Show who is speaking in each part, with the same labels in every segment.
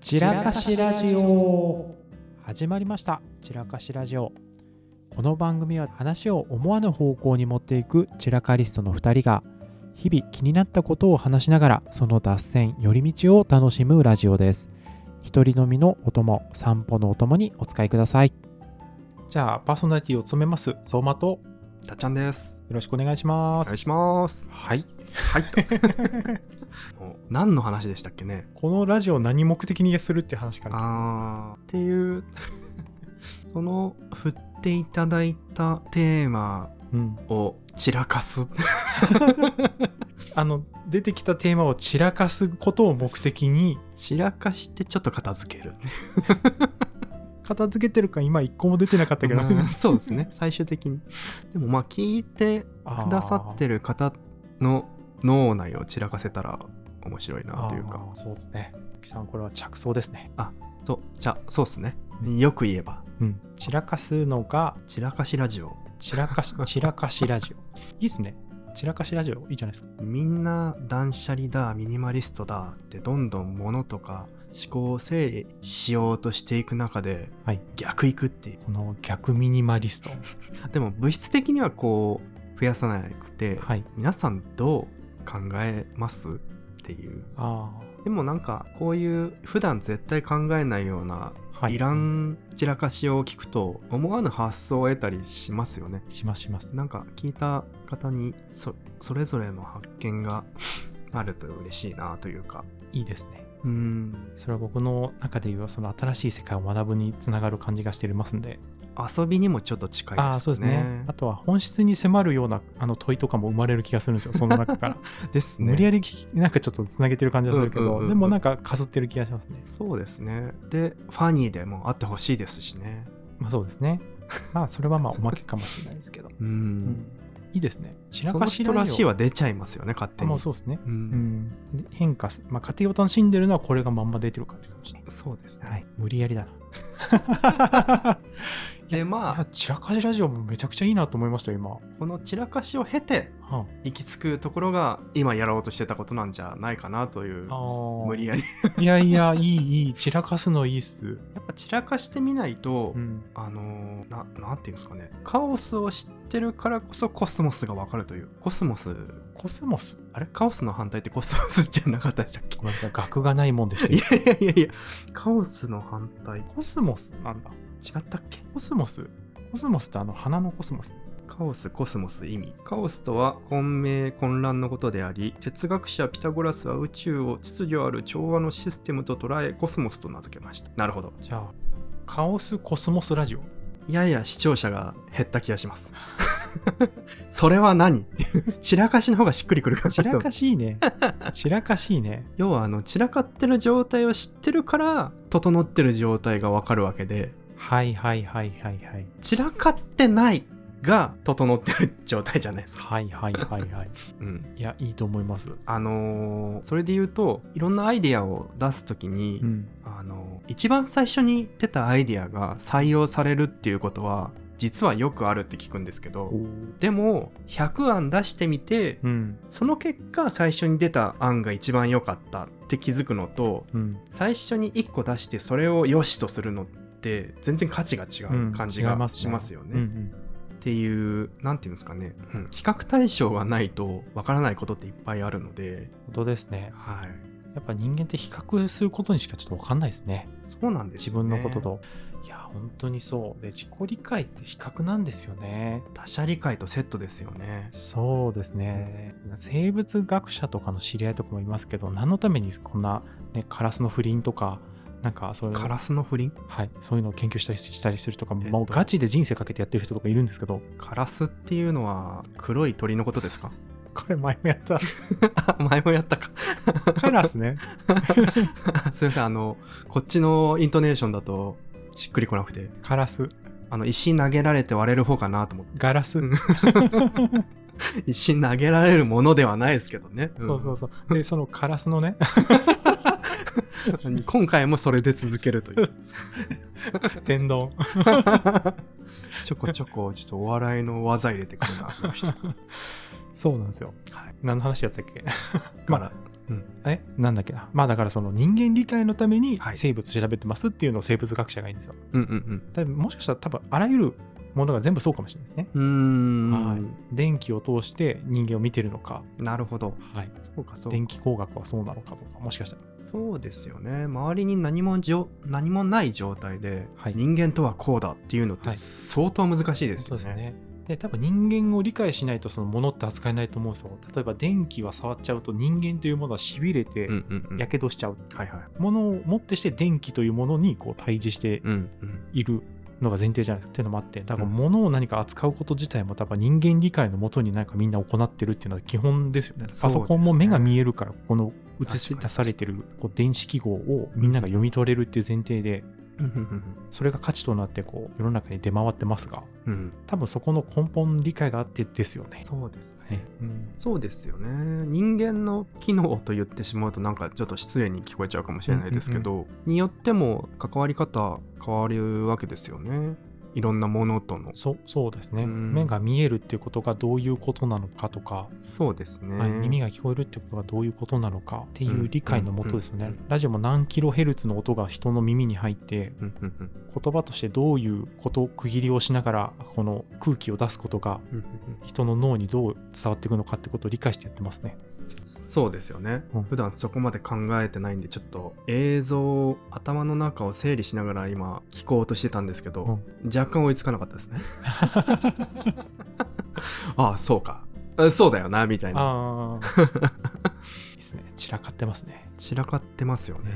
Speaker 1: 散らかしラジオ始まりました散らかしラジオこの番組は話を思わぬ方向に持っていく散らかリストの2人が日々気になったことを話しながらその脱線寄り道を楽しむラジオです一人飲みのお供散歩のお供にお使いくださいじゃあパーソナリティを務めます相馬とよ
Speaker 2: たっちゃんです。
Speaker 1: ろしくお願いしま
Speaker 2: お
Speaker 1: す
Speaker 2: 願いします。
Speaker 1: はい
Speaker 2: はい。 お何の話でしたっけね
Speaker 1: このラジオを何目的にするって話か
Speaker 2: あー。っていう、 その振っていただいたテーマ
Speaker 1: うん、
Speaker 2: を散らか す。
Speaker 1: あの出てきたテーマを散らかすことを目的に
Speaker 2: 散らかしてちょっと片付ける。
Speaker 1: 片付けてるか今一個も出てなかったけど、
Speaker 2: まあそうですね。最終的に。でもまあ聞いてくださって
Speaker 1: る
Speaker 2: る方の脳内を散らかせたら面白いなというか。
Speaker 1: そうですねゆきさんこれは着想ですね、
Speaker 2: そう、じゃあそうですね。よく言えば、
Speaker 1: うん、散らかすのが
Speaker 2: 散らかしラジオ。
Speaker 1: 散らかし 散らかしラジオいいっすね散らかしラジオいいじゃないですか
Speaker 2: みんな断捨離だミニマリストだってどんどん物とか思考を整理しようとしていく中で、
Speaker 1: はい
Speaker 2: 逆いくっていう
Speaker 1: この逆ミニマリスト
Speaker 2: でも物質的にはこう増やさなくて、
Speaker 1: はい
Speaker 2: 皆さんどう考えますっていう
Speaker 1: あ
Speaker 2: でもなんかこういう普段絶対考えないような
Speaker 1: あはい
Speaker 2: いらん散らかしを聞くと思わぬ発想を得たりしますよね
Speaker 1: しますします
Speaker 2: なんか聞いた方にそそれぞれの発見があると嬉しいなというか
Speaker 1: いいですね
Speaker 2: うん
Speaker 1: それは僕の中でいうその新しい世界を学ぶにつながる感じがしてますんで
Speaker 2: 遊びにもちょっと近いですね
Speaker 1: ああそうですねあとは本質に迫るようなあの問いとかも生まれる気がするんですよその中 から
Speaker 2: ですね
Speaker 1: 無理やり聞きなんかちょっとつなげてる感じがするけど、
Speaker 2: うんうんうんうん
Speaker 1: でもなんかかすってる気がしますね
Speaker 2: そうですねでファニーでもあってほしいですしね
Speaker 1: まあそうですね まあそれはまあおまけかもしれないですけど、
Speaker 2: う
Speaker 1: うん
Speaker 2: ん、
Speaker 1: いいですね散ら
Speaker 2: そ
Speaker 1: か
Speaker 2: の
Speaker 1: し
Speaker 2: 人
Speaker 1: ラ
Speaker 2: ら
Speaker 1: ジオ
Speaker 2: しいは出ちゃいますよね勝手
Speaker 1: あ
Speaker 2: に
Speaker 1: まあそうですね
Speaker 2: う、
Speaker 1: うんん変化す、まあ、家庭を楽しんでるのはこれがまんま出てる感じかもしれない、
Speaker 2: そうですね、
Speaker 1: はい、無理やりだ な
Speaker 2: で
Speaker 1: いや
Speaker 2: まあ
Speaker 1: 散らかしラジオもめちゃくちゃいいなと思いましたよ今、は
Speaker 2: この散らかしを経て
Speaker 1: あ、
Speaker 2: 行き着くところが今やろうとしてたことなんじゃないかなという
Speaker 1: あ
Speaker 2: 無理やり
Speaker 1: いやいやいいいい散らかすのいいっす、
Speaker 2: やっぱ散らかしてみないと、
Speaker 1: うん、
Speaker 2: あのーななんていうんですかねカオスを知ってるからこそコスモスがわかるというコスモス
Speaker 1: コスモス
Speaker 2: あれカオスの反対ってコスモスじゃなかったでしたっけ
Speaker 1: ごめんなさい額がないもんでした
Speaker 2: い
Speaker 1: よ
Speaker 2: やいやいやいや、カオスの反対。違
Speaker 1: コスモスなんだ
Speaker 2: ったっけ
Speaker 1: コスモスコスモスってあの花のコスモス
Speaker 2: カオス、コスモス、意味。カオスとは混迷、混乱のことであり、哲学者ピタゴラスは宇宙を秩序ある調和のシステムと捉え、コスモスと名付けました。なるほど。
Speaker 1: じゃあカオスコスモスラ ジオ
Speaker 2: やや視聴者が減った気がします。 それは何散らかしの方がしっくりくるか
Speaker 1: 散ら
Speaker 2: も
Speaker 1: かしいね 散らかしいね
Speaker 2: 要はあの散らかってる状態を知ってるから整ってる状態がわかるわけで
Speaker 1: はいはいはいはいはい
Speaker 2: 散らかってないが整ってる状態じゃないですか、
Speaker 1: はいはいはいはい
Speaker 2: うん、
Speaker 1: いやいいと思います
Speaker 2: あのーそれで言うといろんなアイディアを出す時に、
Speaker 1: うん
Speaker 2: あのー一番最初に出たアイディアが採用されるっていうことは実はよくあるって聞くんですけどでも100案出してみて
Speaker 1: うん
Speaker 2: その結果最初に出た案が一番良かったって気づくのと
Speaker 1: うん
Speaker 2: 最初に1個出してそれを良しとするのって全然価値が違う感じ
Speaker 1: 違い
Speaker 2: がしますよね。
Speaker 1: うんうん
Speaker 2: っていう何て言うんですかね、うん比較対象がないとわからないことっていっぱいあるので、
Speaker 1: 本当ですね
Speaker 2: はい、
Speaker 1: やっぱ人間って比較することにしかちょっと分かんないですね
Speaker 2: そうなんです
Speaker 1: 自
Speaker 2: よ
Speaker 1: 分
Speaker 2: ね
Speaker 1: のことといや本当にそうで自己理解って比較なんですよね
Speaker 2: 他者理解とセットですよね
Speaker 1: そうですね、生物学者とかの知り合いとかもいますけど何のためにこんな、ね、カラスの不倫とかなんかそういう
Speaker 2: カ
Speaker 1: の、
Speaker 2: ラスの不倫
Speaker 1: はい、そういうのを研究したりしたりするとかも、
Speaker 2: えっと
Speaker 1: もうガチで人生かけてやってる人とかいるんですけど
Speaker 2: カラスっていうのは黒い鳥のことで すか
Speaker 1: これ前もやった
Speaker 2: あ前もやったか
Speaker 1: カラスね
Speaker 2: すいませんあのこっちのイントネーションだとしっくりこなくて
Speaker 1: カラス
Speaker 2: あの石投げられて割れる方かなと思っ
Speaker 1: ガラス、
Speaker 2: うんて石投げられるものではないですけどね、
Speaker 1: そうそううそうでそのカラス のね
Speaker 2: そう今回もそれで続けるという
Speaker 1: 天丼
Speaker 2: ちょこちょこちょっとお笑いの技 入れてくるなこの人
Speaker 1: そうなんですよ、
Speaker 2: はい
Speaker 1: 何の話やったっけ
Speaker 2: まあ、うん
Speaker 1: えなんだっけなまあだからその人間理解のために
Speaker 2: はい
Speaker 1: 生物調べてますっていうのを生物学者がいいんですよ。
Speaker 2: うんうん
Speaker 1: 多分もしかしたら多分あらゆるものが全部そうかもしれないですね。
Speaker 2: うんうーん、
Speaker 1: はい電気を通して人間を見てるのか、
Speaker 2: なるほど
Speaker 1: はい、
Speaker 2: そうかそうか
Speaker 1: 電気工学はそうなのかとかもしかしたら
Speaker 2: そうですよね周りに何もじょ何もない状態で、
Speaker 1: はい
Speaker 2: 人間とはこうだっていうのって
Speaker 1: はい
Speaker 2: 相当難しいですよね。
Speaker 1: ね。で多分人間を理解しないとそのものって扱えないと思うんですよ。例えば電気は触っちゃうと人間というものはしびれて
Speaker 2: うんうんうん
Speaker 1: やけどしちゃう。
Speaker 2: はいはい。
Speaker 1: ものをもってして電気というものにこう対峙して
Speaker 2: うんうん。
Speaker 1: いるのが前提じゃないですかっていうのもあってだから物を何か扱うこと自体も多分人間理解のもとになんかみんな行ってるっていうのは基本ですよね
Speaker 2: すね
Speaker 1: パソコンも目が見えるからこの映し出されてるこう電子記号をみんなが読み取れるっていう前提で
Speaker 2: うんうん
Speaker 1: それが価値となってこう世の中に出回ってますが
Speaker 2: うんうん。
Speaker 1: 多分そこの根本理解があってですよね。
Speaker 2: そうです
Speaker 1: ね
Speaker 2: ね。そうですよね。人間の機能と言ってしまうとなんかちょっと失礼に聞こえちゃうかもしれないですけど、によっても関わり方変わるわけですよね。いろんなものとの。
Speaker 1: そうそうですね、
Speaker 2: うん
Speaker 1: 目が見えるっていうことがどういうことなのかとか、
Speaker 2: そうですね。
Speaker 1: はい耳が聞こえるってことがどういうことなのかっていう理解のもとですよね、
Speaker 2: うんうんうん
Speaker 1: ラジオも何キロヘルツの音が人の耳に入って
Speaker 2: うんうんうん
Speaker 1: 言葉としてどういうことを区切りをしながらこの空気を出すことが
Speaker 2: うんうんうん
Speaker 1: 人の脳にどう伝わっていくのかってことを理解してやってますね。
Speaker 2: そうですよね、
Speaker 1: うん
Speaker 2: 普段そこまで考えてないんでちょっと映像頭の中を整理しながら今聞こうとしてたんですけど、若干追いつかなかったで すねああそうかあそうだよなみたいな
Speaker 1: ああい いですね散らかってますね。
Speaker 2: 散らかってますよね
Speaker 1: ね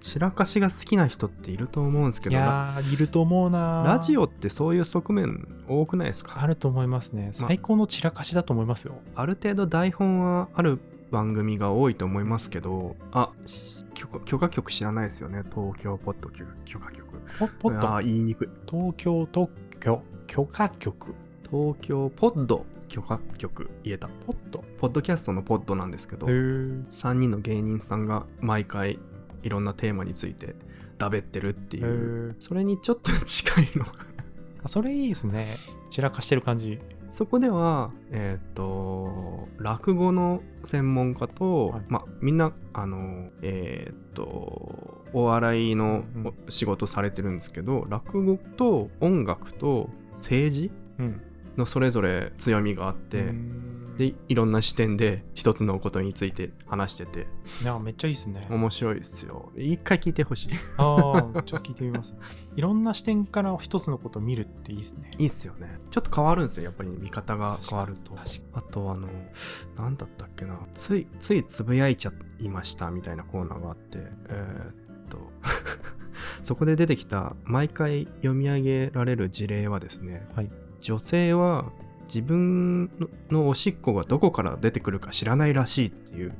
Speaker 2: 散らかしが好きな人っていると思うんですけ
Speaker 1: い
Speaker 2: どラ
Speaker 1: やーいると思うなー
Speaker 2: ラジオってそういう側面多くないですか
Speaker 1: あると思いますね最高の散らかしだと思いますよ。
Speaker 2: ある程度台本はある番組が多いと思いますけどあし許可許可局知らないですよね東京ポッド許可許可局
Speaker 1: ポポッ
Speaker 2: あ
Speaker 1: ド
Speaker 2: ー言いにくい
Speaker 1: 東京特許許可局
Speaker 2: 東京ポッド許可局言えた
Speaker 1: ポッド
Speaker 2: ポッドキャストのポッドなんですけど
Speaker 1: へ
Speaker 2: 3人の芸人さんが毎回いろんなテーマについてだべってるっていう
Speaker 1: え
Speaker 2: それにちょっと近いの が
Speaker 1: それいいですね散らかしてる感じ
Speaker 2: そこではえっ、と落語の専門家と、
Speaker 1: はい
Speaker 2: まあみんなあのえっ、とお笑いの
Speaker 1: うんうん
Speaker 2: お仕事されてるんですけど落語と音楽と政治
Speaker 1: うん
Speaker 2: のそれぞれ強みがあって、
Speaker 1: で
Speaker 2: でいろんな視点で一つのことについて話してて
Speaker 1: なめっちゃいいですね
Speaker 2: 面白いですよ一回聞いてほしい
Speaker 1: ああちょっと聞いてみますいろんな視点から一つのことを見るっていいですね
Speaker 2: いいっすよねちょっと変わるんですよやっぱり見方が変わると
Speaker 1: 確か
Speaker 2: あとあの何だったっけなついついつぶやいちゃいましたみたいなコーナーがあってえーっと そこで出てきた毎回読み上げられる事例はですね
Speaker 1: はい
Speaker 2: 女性は自分のおしっこがどこから出てくるか知らないらしいっていう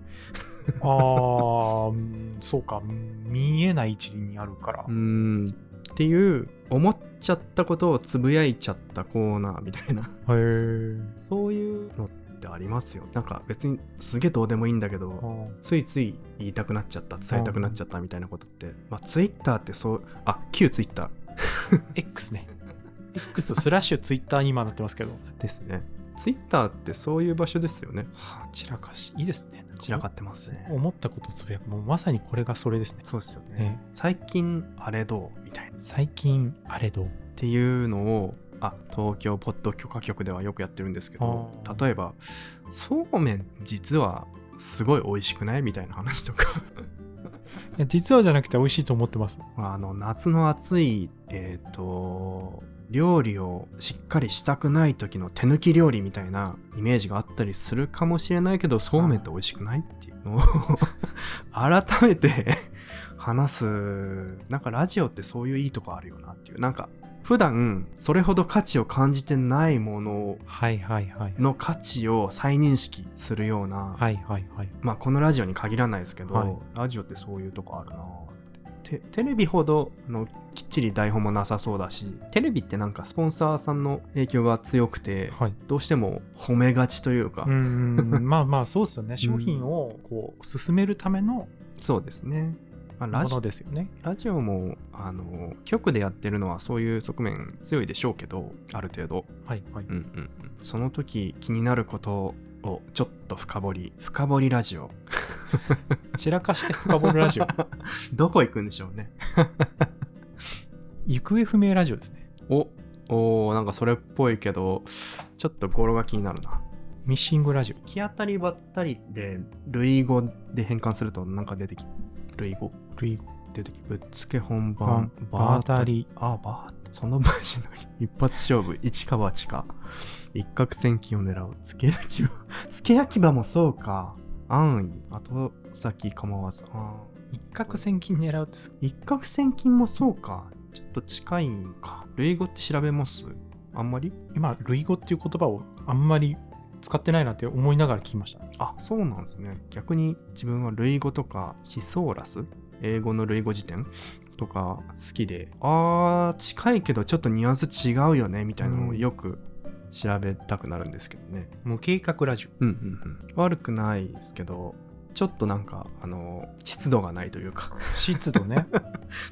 Speaker 1: あーうんそうか見えない位置にあるから、
Speaker 2: うーんっていう思っちゃったことをつぶやいちゃったコーナーみた いな
Speaker 1: へえ
Speaker 2: そういうのってありますよなんか別にすげえどうでもいいんだけどついつい言いたくなっちゃった伝えたくなっちゃったみたいなことってまあツイッターってそうあ旧ツイッタ
Speaker 1: X ね X スラッシュツイッターに今なってますけど
Speaker 2: ーですねツイッターってそういう場所ですよね
Speaker 1: はあ散らかしいいですね
Speaker 2: 散らかってますね
Speaker 1: 思ったことつぶやくもうまさにこれがそれですね
Speaker 2: そうですよね
Speaker 1: ね
Speaker 2: 最近あれどうみたいなっ
Speaker 1: 最近あれどう
Speaker 2: ていうのをあ東京ポッド許可局ではよくやってるんですけど
Speaker 1: あー
Speaker 2: 例えばそうめん実はすごい美味しくないみたいな話とか
Speaker 1: いや実はじゃなくて美味しいと思ってます
Speaker 2: あの夏の暑いえっ、と料理をしっかりしたくない時の手抜き料理みたいなイメージがあったりするかもしれないけどそうめんって美味しくないっていうのを改めて 話すなんかラジオってそういういいとこあるよなっていうなんか普段それほど価値を感じてないものを
Speaker 1: はいはいはい
Speaker 2: の価値を再認識するような、
Speaker 1: はいはいはい
Speaker 2: まあこのラジオに限らないですけど、
Speaker 1: はい
Speaker 2: ラジオってそういうとこあるなてテレビほどあのきっちり台本もなさそうだしテレビってなんかスポンサーさんの影響が強くて、
Speaker 1: はい
Speaker 2: どうしても褒めがちというか、
Speaker 1: うーんまあまあそうですよね商品をこう進めるための
Speaker 2: そうですね、まあラ
Speaker 1: も
Speaker 2: ジ
Speaker 1: のですよね
Speaker 2: ラジオもあの局でやってるのはそういう側面強いでしょうけどある程度
Speaker 1: はいはい
Speaker 2: うんうんうんその時気になることをちょっと深掘り深掘りラジオ
Speaker 1: 散らかして深掘るラジオ
Speaker 2: どこ行くんでしょうね
Speaker 1: 行方不明ラジオですね
Speaker 2: おおーなんかそれっぽいけどちょっと語呂が気になるな
Speaker 1: ミッシングラジオ
Speaker 2: 行き当たりばったりで類語で変換するとなんか出てき類語
Speaker 1: 類語
Speaker 2: 出てきぶっつけ本
Speaker 1: バ
Speaker 2: 番
Speaker 1: バータリ
Speaker 2: あバーその分子の 一発勝負一か八か一攫千金を狙うつけ焼き場 つけ焼き場もそうか安易後先構わずあー
Speaker 1: 一攫千金狙うってす
Speaker 2: 一攫千金もそうかちょっと近いんか類語って調べますあんまり
Speaker 1: 今類語っていう言葉をあんまり使ってないなって思いながら聞きました
Speaker 2: あそうなんですね逆に自分は類語とか思想ラス英語の類語辞典とか好きであー近いけどちょっとニュアンス違うよねみたいなのをよく調べたくなるんですけどね
Speaker 1: 無計画ラジオ
Speaker 2: うんうんうん悪くないですけどちょっとなんかあの湿度がないというか
Speaker 1: 湿度ね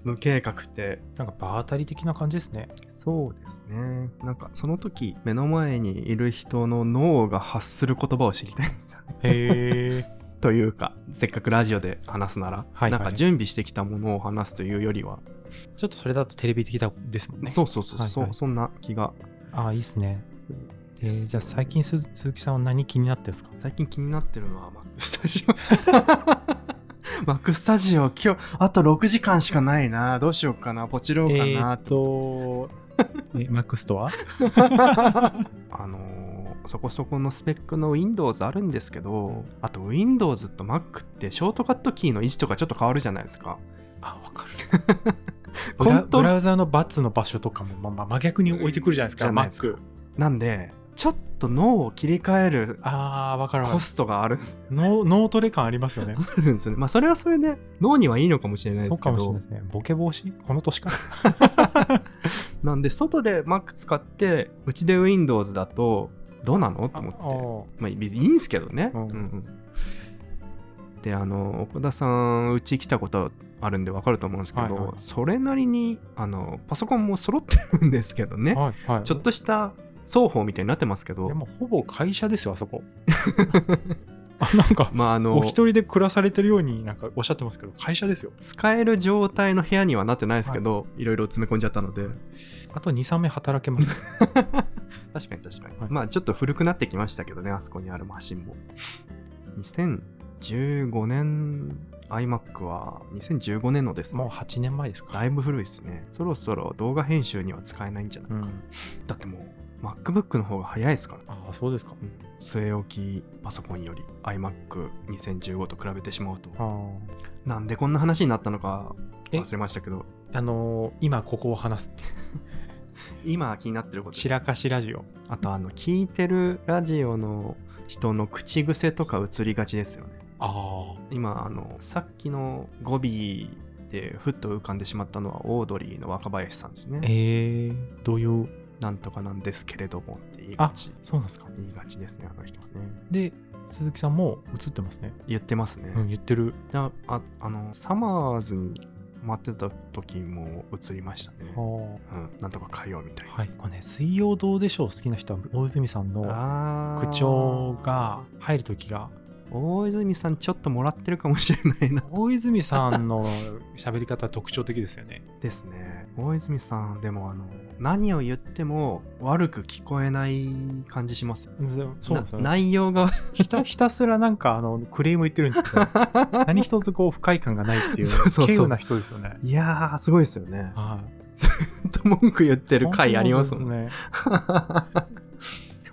Speaker 2: 無計画って
Speaker 1: なんか場当たり的な感じですね
Speaker 2: そうですねなんかその時目の前にいる人の脳が発する言葉を知りたいんですよね
Speaker 1: へえ
Speaker 2: というかせっかくラジオで話すなら、
Speaker 1: はい
Speaker 2: なんか準備してきたものを話すというよりは、
Speaker 1: ちょっとそれだとテレビ的だですもんね
Speaker 2: そうそうそう、
Speaker 1: はいはい
Speaker 2: そうそんな気が
Speaker 1: ああいいですねえーじゃあ最近す鈴木さんは何気になってるんですか
Speaker 2: 最近気になってるのはマックスタジ オマックスタジオ今日あと6時間しかないなどうしようかなポチろうか
Speaker 1: ー
Speaker 2: な、
Speaker 1: と えマックスとは
Speaker 2: あのーそこそこのスペックの Windows あるんですけどあと Windows と Mac ってショートカットキーの位置とかちょっと変わるじゃないですか
Speaker 1: あわかる ブ
Speaker 2: コ
Speaker 1: ラ
Speaker 2: ント
Speaker 1: ブ
Speaker 2: ロ
Speaker 1: ラウザーのバツの場所とかも、まあまあ、真逆に置いてくるじゃないです
Speaker 2: じ
Speaker 1: か
Speaker 2: ゃな
Speaker 1: マ
Speaker 2: いで
Speaker 1: ッ
Speaker 2: すか
Speaker 1: ク
Speaker 2: なんでちょっと脳を切り替える
Speaker 1: ああわかるわか
Speaker 2: コ
Speaker 1: る
Speaker 2: ストがあるんです
Speaker 1: 脳脳トレ感ありますよ ね
Speaker 2: あるんですよね。まあそれはそれで脳にはいいのかもしれないです
Speaker 1: そう
Speaker 2: け
Speaker 1: かもしれないで、
Speaker 2: ど
Speaker 1: すねボケ防止この年か
Speaker 2: なんで外で Mac 使って、うちで Windows だとどうなのと思って。
Speaker 1: 思
Speaker 2: まあ別にいいんですけどね。
Speaker 1: う
Speaker 2: うんんうんで、あの、奥田さん、うち来たことあるんでわかると思うんですけど、
Speaker 1: はいはい
Speaker 2: それなりにあのパソコンも揃ってるんですけどね。
Speaker 1: はいはい
Speaker 2: ちょっとした双方みたいになってますけど
Speaker 1: で、もほぼ会社ですよあそ こあなんか
Speaker 2: まああ
Speaker 1: お
Speaker 2: の、
Speaker 1: 一人で暮らされてるようになんかおっしゃってますけど会社ですよ
Speaker 2: 使える状態の部屋にはなってないですけど、いろいろ詰め込んじゃったので。
Speaker 1: あと23名働けます
Speaker 2: 確かに確かに、
Speaker 1: はい
Speaker 2: まあちょっと古くなってきましたけどねあそこにあるマシンも2015年 iMac は2015年ので す
Speaker 1: もう
Speaker 2: も
Speaker 1: 8年前ですか
Speaker 2: だいぶ古いですねそろそろ動画編集には使えないんじゃない
Speaker 1: うん
Speaker 2: だってもう MacBook の方が早いですから、
Speaker 1: ああそうですか
Speaker 2: うん、据え置きパソコンより iMac2015 と比べてしまうと
Speaker 1: あー
Speaker 2: なんでこんな話になったのか
Speaker 1: え
Speaker 2: 忘れましたけど
Speaker 1: あのー今ここを話す
Speaker 2: 今気になってること
Speaker 1: 散らかしラジオ
Speaker 2: あとあの聞いてるラジオの人の口癖とか映りがちですよね
Speaker 1: あ
Speaker 2: 今あのさっきの語尾でふっと浮かんでしまったのはオードリーの若林さんですね。
Speaker 1: ええー、どういう
Speaker 2: なんとかなんですけれどもって言いがち。
Speaker 1: そうなんですか
Speaker 2: 言いがちですね、あの人はね。
Speaker 1: で鈴木さんも映ってますね
Speaker 2: 言ってますね。
Speaker 1: うん言ってる
Speaker 2: じゃあ、ああの、サマーズに待ってた時も映りましたね。
Speaker 1: あは
Speaker 2: うん、なんとか火曜みたい
Speaker 1: いこれね「水曜どうでしょう」好きな人は大泉さんの
Speaker 2: な。あー
Speaker 1: 口調が。入る時が
Speaker 2: 大泉さんちょっともらってるかもしれないな。
Speaker 1: 大泉さんの喋り方特徴的ですよね
Speaker 2: ですね。大泉さん、でもあの、何を言っても悪く聞こえない感じします
Speaker 1: そう なんですよ
Speaker 2: な
Speaker 1: ね
Speaker 2: 内容が
Speaker 1: ひた ひたすらなんかあのクレーム言ってるんですけど 何一つこう不快感がないっていう
Speaker 2: そうそうそう
Speaker 1: 稀有な人ですよね
Speaker 2: いやーすごいですよね
Speaker 1: はい
Speaker 2: ほんと文句言ってる回ありますもんね
Speaker 1: ね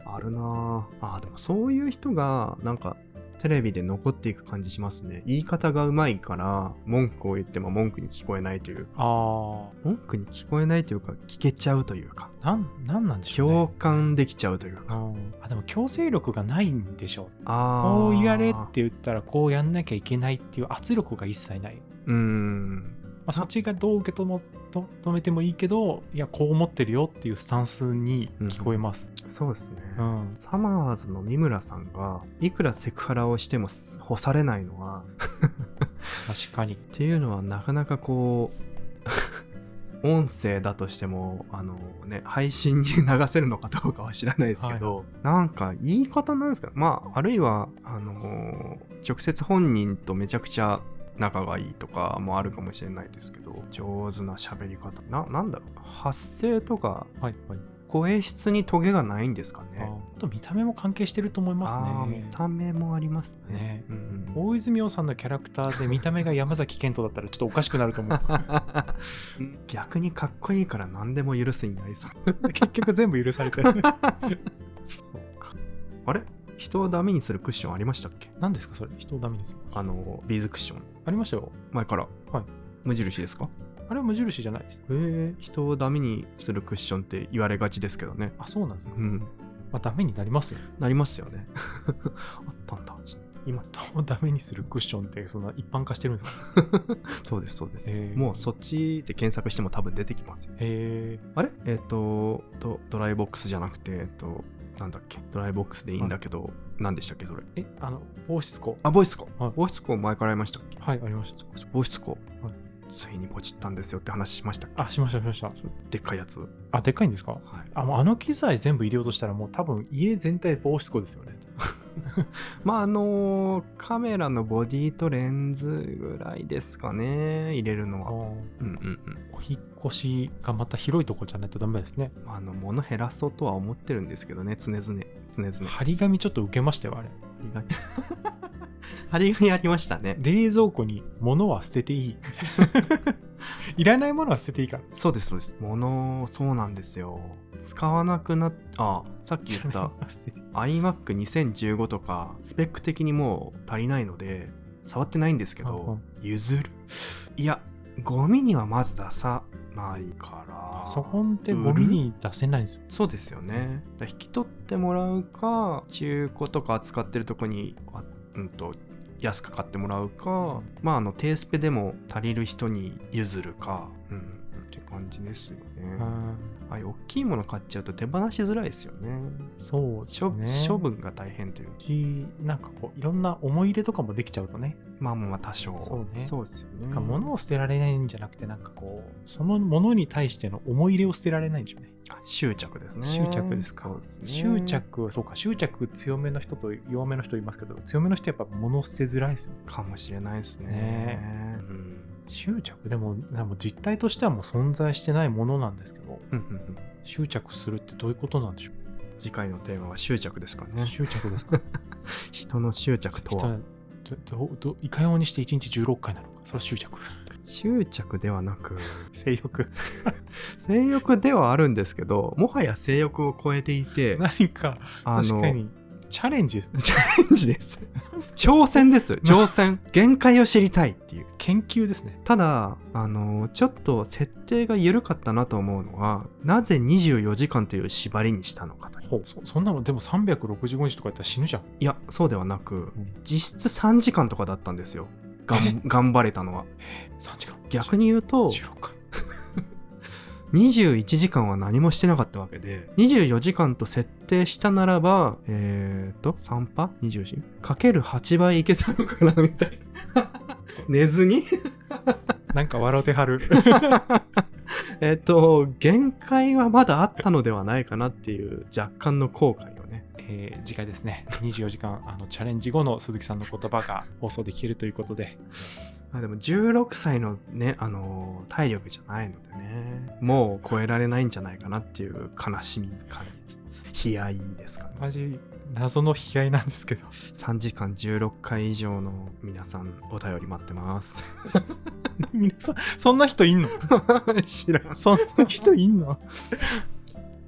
Speaker 2: あるなーあーでもそういう人がなんかテレビで残っていく感じしますね言い方がうまいから文句を言っても文句に聞こえないという
Speaker 1: あ
Speaker 2: 文句に聞こえないというか聞けちゃうというか
Speaker 1: あなんなんなんでしょう
Speaker 2: 共
Speaker 1: ね
Speaker 2: 感できちゃうというか
Speaker 1: うんあでも強制力がないんでしょう
Speaker 2: あー
Speaker 1: こう言われって言ったらこうやんなきゃいけないっていう圧力が一切ない、
Speaker 2: うーん
Speaker 1: まあ、そっちがどう受け止もと止めてもいいけどいやこう思ってるよっていうスタンスに聞こえます、
Speaker 2: そうですね、
Speaker 1: うん
Speaker 2: サマーズの三村さんがいくらセクハラをしても干されないのは
Speaker 1: 確かに
Speaker 2: っていうのはなかなかこう音声だとしてもあのね配信に流せるのかどうかは知らないですけど、なんか言い方なんですかまああるいはあの直接本人とめちゃくちゃ仲がいいとかもあるかもしれないですけど上手な喋り方ななんだろう発声とか
Speaker 1: はいはい
Speaker 2: 声質にトゲがないんですか
Speaker 1: あ
Speaker 2: ね
Speaker 1: あと見た目も関係してると思いますね
Speaker 2: あー見た目もありますね
Speaker 1: ね
Speaker 2: うんうん
Speaker 1: 大泉洋さんのキャラクターで見た目が山崎賢人だったらちょっとおかしくなると思う
Speaker 2: 逆にかっこいいから何でも許すになりそう
Speaker 1: 結局全部許されてる
Speaker 2: あれ人をダメにするクッションありましたっけ
Speaker 1: 何ですかそれ人をダメにする
Speaker 2: あのビーズクッション
Speaker 1: ありましたよ
Speaker 2: 前から、
Speaker 1: はい
Speaker 2: 無印ですか
Speaker 1: あれは無印じゃないです
Speaker 2: え人をダメにするクッションって言われがちですけどね
Speaker 1: あそうなんですか、
Speaker 2: うん
Speaker 1: まあダメになりますよ
Speaker 2: なりますよね あったんだ
Speaker 1: 今人をダメにするクッションってそんな一般化してるんですか
Speaker 2: そうですそうです
Speaker 1: へー
Speaker 2: もうそっちで検索しても多分出てきますよ
Speaker 1: へえ
Speaker 2: あれえっ、とドドライボックスじゃなくてえっ、となんだっけドライボックスでいいんだけど、何でしたっけそれ
Speaker 1: えあの防湿庫
Speaker 2: あボイスコ、
Speaker 1: はい
Speaker 2: ボイスコ前からやりましたっけ
Speaker 1: はいありました
Speaker 2: ボイスコ、
Speaker 1: はい
Speaker 2: ついにポチったんですよって話しましたっけ
Speaker 1: あしましたしました
Speaker 2: でっかいやつ、はい、
Speaker 1: あでっかいんですかあもうあの機材全部入れようとしたらもう多分家全体防湿庫ですよね
Speaker 2: まああのーカメラのボディとレンズぐらいですかね入れるの
Speaker 1: あ
Speaker 2: は
Speaker 1: ー
Speaker 2: うんうんうん
Speaker 1: お引っ越しがまた広いとこじゃないとダメですね
Speaker 2: まああの物減らそうとは思ってるんですけどね常々常々
Speaker 1: 張り紙ちょっと受けましたよあれ
Speaker 2: り紙張り紙ありましたね
Speaker 1: 冷蔵庫に物は捨ててい いいらないものは捨てていいから
Speaker 2: そうですそうです物そうなんですよ使わなくなっあさっき言った iMac2015 とかスペック的にもう足りないので触ってないんですけ
Speaker 1: うんう
Speaker 2: ど
Speaker 1: ん
Speaker 2: 譲るいやゴミにはまず出さないから
Speaker 1: パソコンってゴミに出せないんですよ
Speaker 2: そうですよねだから引き取ってもらうか中古とか扱ってるとこにあうんと安く買ってもらうかまああの低スペでも足りる人に譲るかうんって感じですよねはい大きいもの買っちゃうと手放しづらいですよね
Speaker 1: そうです
Speaker 2: 処
Speaker 1: ね
Speaker 2: 処分が大変という
Speaker 1: しなんかこういろんな思い入れとかもできちゃうとね、
Speaker 2: まあまあまあ多少
Speaker 1: そうね
Speaker 2: そうですよね
Speaker 1: なんか物を捨てられないんじゃなくてなんかこうその物に対しての思い入れを捨てられないんでしょうね
Speaker 2: 執着ですね
Speaker 1: 執着ですか
Speaker 2: そうですね
Speaker 1: 執着そうか執着強めの人と弱めの人いますけど強めの人やっぱ物捨てづらいですよ
Speaker 2: かもしれないですね
Speaker 1: ね
Speaker 2: うん
Speaker 1: 執着でもでも実態としてはもう存在してないものなんですけど
Speaker 2: うんうんうん
Speaker 1: 執着するってどういうことなんでしょう
Speaker 2: 次回のテーマは執着ですかね
Speaker 1: 執着ですか
Speaker 2: 人の執着とは
Speaker 1: 人どどどいかようにして1日16回なのかそれは執着
Speaker 2: 執着ではなく
Speaker 1: 性欲
Speaker 2: 性欲ではあるんですけどもはや性欲を超えていて
Speaker 1: 何か
Speaker 2: あの
Speaker 1: 確かにチャレンジですね
Speaker 2: チャレンジです挑戦です挑戦限界を知りたいっていう
Speaker 1: 研究ですね
Speaker 2: ただあのちょっと設定が緩かったなと思うのはなぜ24時間という縛りにしたのかという
Speaker 1: ほうそそんなのでも365日とかやったら死ぬじゃん
Speaker 2: いやそうではなく
Speaker 1: うん
Speaker 2: 実質3時間とかだったんですよがん 頑張れたのは
Speaker 1: 3時間
Speaker 2: 逆に言うと
Speaker 1: 16回
Speaker 2: 21時間は何もしてなかったわけで24時間と設定したならばえー、と3パ ?24? かける8倍いけたのかなみたいな寝ずに
Speaker 1: なんか笑うてはる
Speaker 2: えっと限界はまだあったのではないかなっていう若干の後悔をね
Speaker 1: えー次回ですね24時間あのチャレンジ後の鈴木さんの言葉が放送できるということで
Speaker 2: まあでも16歳のねあのー体力じゃないのでねもう超えられないんじゃないかなっていう悲しみ感じつつ悲哀ですかね
Speaker 1: マジ謎の悲哀なんですけど
Speaker 2: 3時間16回以上の皆さんお便り待ってます
Speaker 1: 皆さんそんな人いんの
Speaker 2: 知らん
Speaker 1: そんな人いんの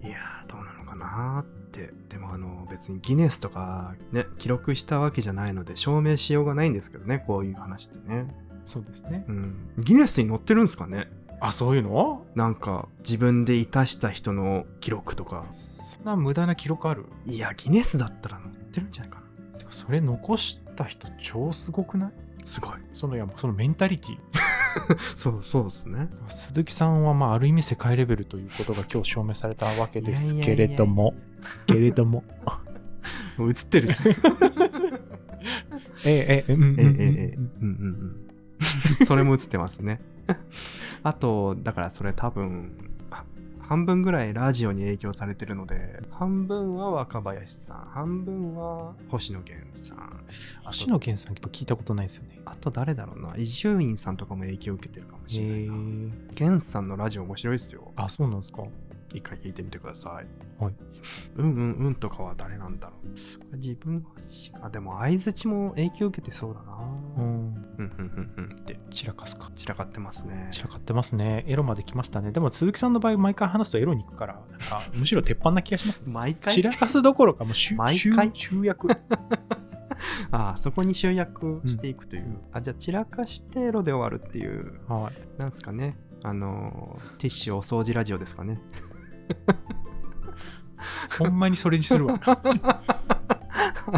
Speaker 2: いやーどうなのかなーってでもあの別にギネスとかね記録したわけじゃないので証明しようがないんですけどねこういう話ってね
Speaker 1: そうですね
Speaker 2: うんギネスに載ってるんですかね
Speaker 1: あそういうの
Speaker 2: なんか自分でいたした人の記録とか
Speaker 1: そんな無駄な記録ある
Speaker 2: いやギネスだったら載ってるんじゃないかな
Speaker 1: てかそれ残した人超すごくない
Speaker 2: すごい
Speaker 1: そのいやそのメンタリティ
Speaker 2: そうそうですね
Speaker 1: 鈴木さんはまあある意味世界レベルということが今日証明されたわけですけれどもけれども
Speaker 2: もう映ってる
Speaker 1: ええええうん
Speaker 2: えええ
Speaker 1: う
Speaker 2: え
Speaker 1: んうん
Speaker 2: ええうんうんうんそれも映ってますねあとだからそれ多分は半分ぐらいラジオに影響されてるので半分は若林さん半分は星野源さん
Speaker 1: 星野源さんやっぱ聞いたことないですよね。
Speaker 2: あと誰だろうな伊集院さんとかも影響を受けてるかもしれないな
Speaker 1: ー
Speaker 2: 源さんのラジオ面白いですよ
Speaker 1: あ、そうなんですか。
Speaker 2: 一回聞いてみてください。
Speaker 1: はい。
Speaker 2: うんうんうんとかは誰なんだろう。これ自分発信あ、でも相づちも影響受けてそうだな。
Speaker 1: うん。
Speaker 2: うんうんうんうんって
Speaker 1: 散らかすか。
Speaker 2: 散らかってますね。
Speaker 1: 散らかってますね。エロまで来ましたね。でも鈴木さんの場合、毎回話すとエロに行くから、なんかむしろ鉄板な気がしますね。
Speaker 2: 毎
Speaker 1: 散
Speaker 2: 回
Speaker 1: らかすどころか、もう集
Speaker 2: 毎
Speaker 1: 集
Speaker 2: 回
Speaker 1: 集 約。
Speaker 2: あそこに集約していくという。あ、じゃあ散らかしてエロで終わるっていう、
Speaker 1: はい。
Speaker 2: なんですかね。あのー、ティッシュお掃除ラジオですかね。
Speaker 1: ほんまにそれにする わ。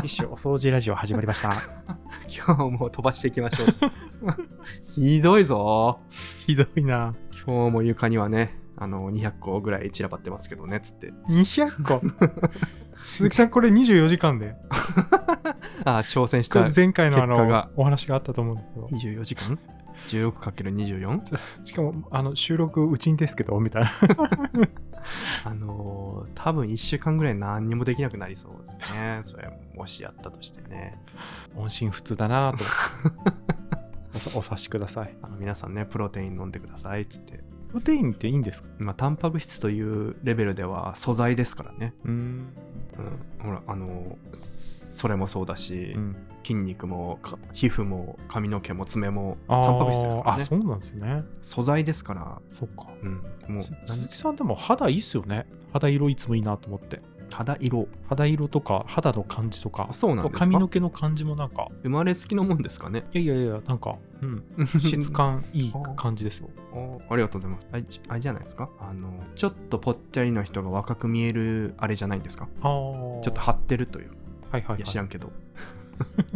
Speaker 1: 一緒、お掃除ラジオ始まりました。
Speaker 2: 今日も飛ばしていき ましょう。ひどいぞ。
Speaker 1: ひどいな。
Speaker 2: 今日も床にはね、あの200個ぐらい散らばってますけどね、つって。
Speaker 1: 200個。鈴木さん、これ24時間で、
Speaker 2: あー、挑戦した。
Speaker 1: 前回
Speaker 2: のあの結果が
Speaker 1: お話があったと思うんですけど
Speaker 2: 24時間 16×24?
Speaker 1: しかも、あの、収録うちんですけど、みたいな。
Speaker 2: あのー、多分1週間ぐらい何にもできなくなりそうですね。それもしやったとしてね。
Speaker 1: 音信不通だな と。おさお察しください。
Speaker 2: あの皆さんね、プロテイン飲んでくださいっつって。
Speaker 1: プロテインっていいんですか
Speaker 2: まあ、タンパク質というレベルでは素材ですからね。
Speaker 1: うん。
Speaker 2: うん。ほら、あのー、それもそうだし、
Speaker 1: うん、
Speaker 2: 筋肉もか皮膚も髪の毛も爪も
Speaker 1: あー
Speaker 2: タンパク質ですから
Speaker 1: あ、
Speaker 2: ね。
Speaker 1: そうなんですね。
Speaker 2: 素材ですから、
Speaker 1: そっか。
Speaker 2: うん。もう
Speaker 1: す鈴木さんでも肌いいっすよね。肌色いつもいいなと思って。
Speaker 2: 肌色。
Speaker 1: 肌色とか肌の感じとか
Speaker 2: あ、そうなんですか
Speaker 1: 髪の毛の感じもなんか、
Speaker 2: 生まれつきのもんですかね。
Speaker 1: いやいやいや、なんか、うん、質感いい感じですよ。
Speaker 2: おありがとうございますあれ。じあれじゃないですかあの、ちょっとぽっちゃりの人が若く見えるあれじゃないんですか
Speaker 1: あー
Speaker 2: ちょっと張ってるという。
Speaker 1: はいはい
Speaker 2: いや、知
Speaker 1: は
Speaker 2: らんけど。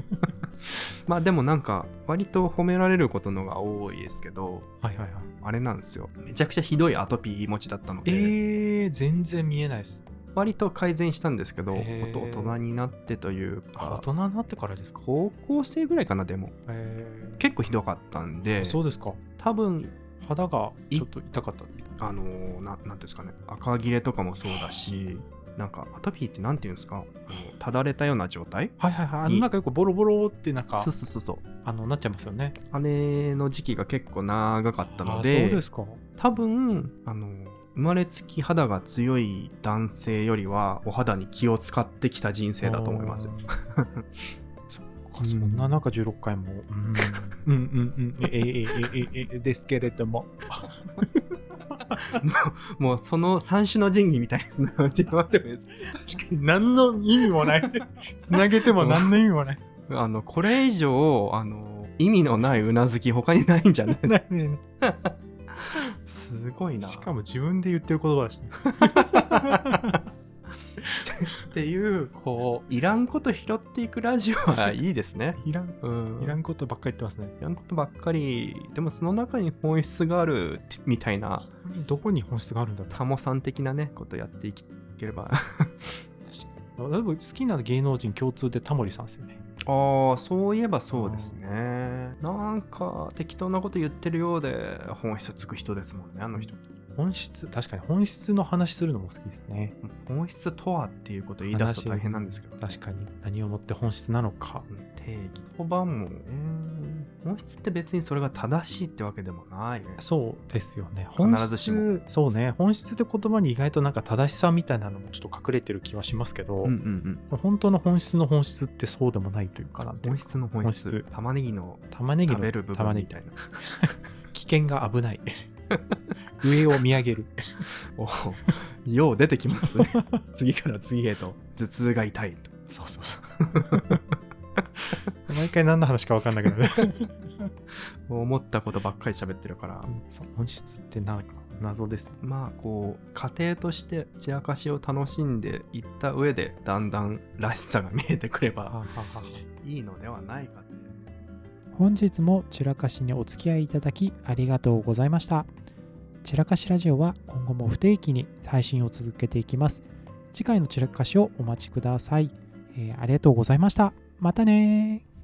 Speaker 2: まあでもなんか、割と褒められることのが多いですけど、
Speaker 1: い。はいはいはい。
Speaker 2: あれなんですよ。めちゃくちゃひどいアトピー持ちだったの
Speaker 1: え
Speaker 2: で、
Speaker 1: ー、全然見えないです。
Speaker 2: 割と改善したんですけど、
Speaker 1: えー
Speaker 2: 大人になってという
Speaker 1: あ
Speaker 2: か
Speaker 1: 大、人になってからですか。
Speaker 2: 高校生ぐらいかな、でも。
Speaker 1: えー、
Speaker 2: 結構ひどかったんで、
Speaker 1: そうですか。
Speaker 2: 多分
Speaker 1: 肌がちょっと痛かった。
Speaker 2: あのー、ななんていうんですかね赤切れとかもそうだしなんかアトピーってなんていうんですかあのただれたような状態
Speaker 1: はいはいはい。あのなんかよくボロボロってなんか
Speaker 2: そうそうそうそう
Speaker 1: あのなっちゃいますよね。
Speaker 2: あれの時期が結構長かったの
Speaker 1: あー
Speaker 2: で
Speaker 1: そうですか。
Speaker 2: 多分あのー生まれつき肌が強い男性よりはお肌に気を使ってきた人生だと思いますよ
Speaker 1: あー。そっかそんな中16回も、うん、うんうんうんえええええええですけれども
Speaker 2: もうその三種の神器みたいなのって言われてもいいです
Speaker 1: 確かに 何の意味 もないつなげても何の意味もない
Speaker 2: あのこれ以上あのー意味のないうなずき他にないんじゃない
Speaker 1: ないないな
Speaker 2: すごい
Speaker 1: い
Speaker 2: な
Speaker 1: しかも自分で言ってる言葉だし、ね、
Speaker 2: っていうこういらんこと拾っていくラジオはいいですね。
Speaker 1: いらん
Speaker 2: うん、
Speaker 1: いらんことばっかり言ってますね
Speaker 2: いらんことばっかりでもその中に本質があるってみたいな
Speaker 1: ここにどこに本質があるんだって
Speaker 2: タモさん的なねことやっていければ
Speaker 1: 多分好きな芸能人共通でタモリさんですよね
Speaker 2: ああそういえばそうですねなんか適当なこと言ってるようで本質つく人ですもんねあの人
Speaker 1: 本質確かに本質の話するのも好きですね
Speaker 2: 本質とはっていうこと言い出すと大変なんですけど、
Speaker 1: 確かに何をもって本質なのか
Speaker 2: うん定義言葉もね本質って別にそれが正しいってわけでもないね
Speaker 1: そうですよね。
Speaker 2: 必ずしも
Speaker 1: 本質そうね。本質って言葉に意外となんか正しさみたいなのもちょっと隠れてる気はしますけど、
Speaker 2: うんうんうん
Speaker 1: 本当の本質の本質ってそうでもないというかなんていう
Speaker 2: 本
Speaker 1: か
Speaker 2: 質の本質
Speaker 1: 本質
Speaker 2: 玉ねぎの
Speaker 1: 玉ねぎ
Speaker 2: 食べ
Speaker 1: の
Speaker 2: る部
Speaker 1: 玉
Speaker 2: 分
Speaker 1: ね
Speaker 2: み
Speaker 1: ぎ
Speaker 2: たいな
Speaker 1: 危険が危ない。 上を見上げる。
Speaker 2: おうよう出てきますね次から次へと頭痛が痛いと
Speaker 1: そうそうそう。毎回何の話か分かんないけ どね。
Speaker 2: 思ったことばっかり喋ってるから
Speaker 1: そう本質ってなんか謎ですよ。
Speaker 2: まあこう家庭として散らかしを楽しんでいった上でだんだんらしさが見えてくればいいのではないかと
Speaker 1: 本日も散らかしにお付き合いいただきありがとうございました散らかしラジオは今後も不定期に配信を続けていきます次回の散らかしをお待ちください、えーありがとうございましたまたねー